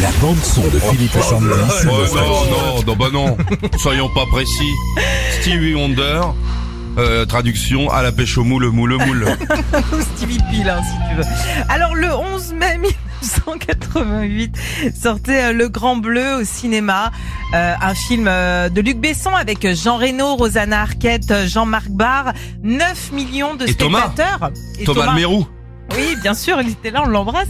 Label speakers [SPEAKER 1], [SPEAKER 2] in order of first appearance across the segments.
[SPEAKER 1] La bande son de Philippe et Sandy.
[SPEAKER 2] Ouais, non, non, non, bah non. Soyons pas précis. Stevie Wonder. euh, traduction à la pêche au moule, moule, moule.
[SPEAKER 3] Ou Stevie Peel, hein, si tu veux. Alors, le 11 mai 1988, sortait euh, Le Grand Bleu au cinéma, euh, un film euh, de Luc Besson avec Jean Reno, Rosanna Arquette, euh, Jean-Marc Barr, 9 millions de
[SPEAKER 2] Et Thomas.
[SPEAKER 3] spectateurs. Et
[SPEAKER 2] Thomas de Mérou.
[SPEAKER 3] Oui, bien sûr, il était là, on l'embrasse.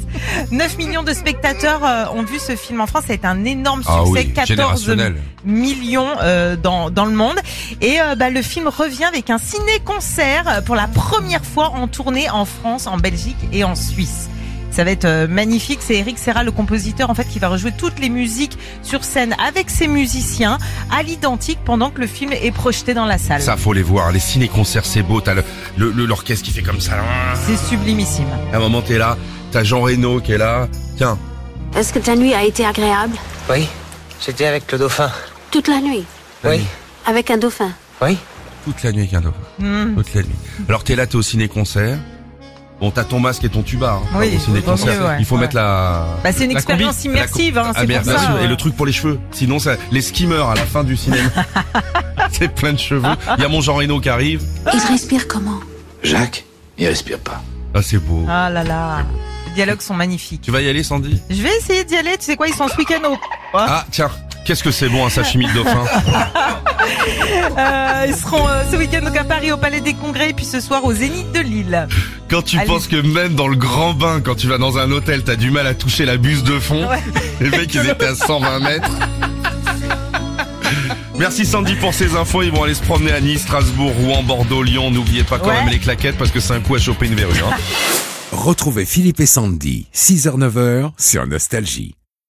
[SPEAKER 3] 9 millions de spectateurs euh, ont vu ce film en France, ça a été un énorme succès, 14
[SPEAKER 2] Ah générationnel.
[SPEAKER 3] millions euh, dans, dans le monde. Et euh, bah, le film revient avec un ciné-concert pour la première fois en tournée en France, en Belgique et en Suisse. Ça va être euh, magnifique. C'est Eric Serra, le compositeur, en fait, qui va rejouer toutes les musiques sur scène avec ses musiciens à l'identique pendant que le film est projeté dans la salle.
[SPEAKER 2] Ça, faut les voir. Les ciné-concerts, c'est beau. T'as le- le- le- l'orchestre qui fait comme ça.
[SPEAKER 3] C'est sublimissime.
[SPEAKER 2] À un moment, t'es là. T'as Jean Reno qui est là. Tiens.
[SPEAKER 4] Est-ce que ta nuit a été agréable
[SPEAKER 5] Oui, j'étais avec le dauphin.
[SPEAKER 4] Toute la nuit,
[SPEAKER 5] Oui,
[SPEAKER 4] avec un dauphin.
[SPEAKER 5] oui.
[SPEAKER 2] Toute la nuit avec un dauphin.
[SPEAKER 3] Mm.
[SPEAKER 2] Toute la nuit. Alors t'es là, t'es au ciné-concert. Bon, t'as ton masque et ton tuba. hein,
[SPEAKER 3] Oui,
[SPEAKER 2] au ciné-concert.
[SPEAKER 3] vaut mieux, ouais.
[SPEAKER 2] Il faut
[SPEAKER 3] Ouais.
[SPEAKER 2] mettre la.
[SPEAKER 3] Bah, c'est une
[SPEAKER 2] la combi.
[SPEAKER 3] expérience immersive, hein,
[SPEAKER 2] La com- Ah,
[SPEAKER 3] c'est
[SPEAKER 2] bien-
[SPEAKER 3] pour
[SPEAKER 2] bien
[SPEAKER 3] ça,
[SPEAKER 2] sûr.
[SPEAKER 3] ouais.
[SPEAKER 2] Et le truc pour les cheveux. Sinon, ça, les skimmers à la fin du cinéma. c'est plein de cheveux. Il y a mon Jean Reno qui arrive.
[SPEAKER 4] Il respire comment
[SPEAKER 6] Jacques, il respire pas.
[SPEAKER 2] Ah, c'est beau.
[SPEAKER 3] Ah là là. Les dialogues sont magnifiques.
[SPEAKER 2] Tu vas y aller, Sandy
[SPEAKER 3] Je vais essayer d'y aller. Tu sais quoi, ils sont ce week-end au...
[SPEAKER 2] Ah, tiens. Qu'est-ce que c'est bon un sashimi de dauphin
[SPEAKER 3] Euh, ils seront euh, ce week-end donc à Paris au Palais des Congrès et puis ce soir au Zénith de Lille.
[SPEAKER 2] Quand tu
[SPEAKER 3] Allez.
[SPEAKER 2] penses que même dans le grand bain, quand tu vas dans un hôtel, t'as du mal à toucher la buse de fond.
[SPEAKER 3] Ouais.
[SPEAKER 2] Les mecs, ils étaient à 120 mètres. Merci Sandy pour ces infos. Ils vont aller se promener à Nice, Strasbourg, Rouen, Bordeaux, Lyon. N'oubliez pas quand
[SPEAKER 3] Ouais.
[SPEAKER 2] même les claquettes parce que c'est un coup à choper une verrue. hein.
[SPEAKER 1] Retrouvez Philippe et Sandy, 6h-9h sur Nostalgie.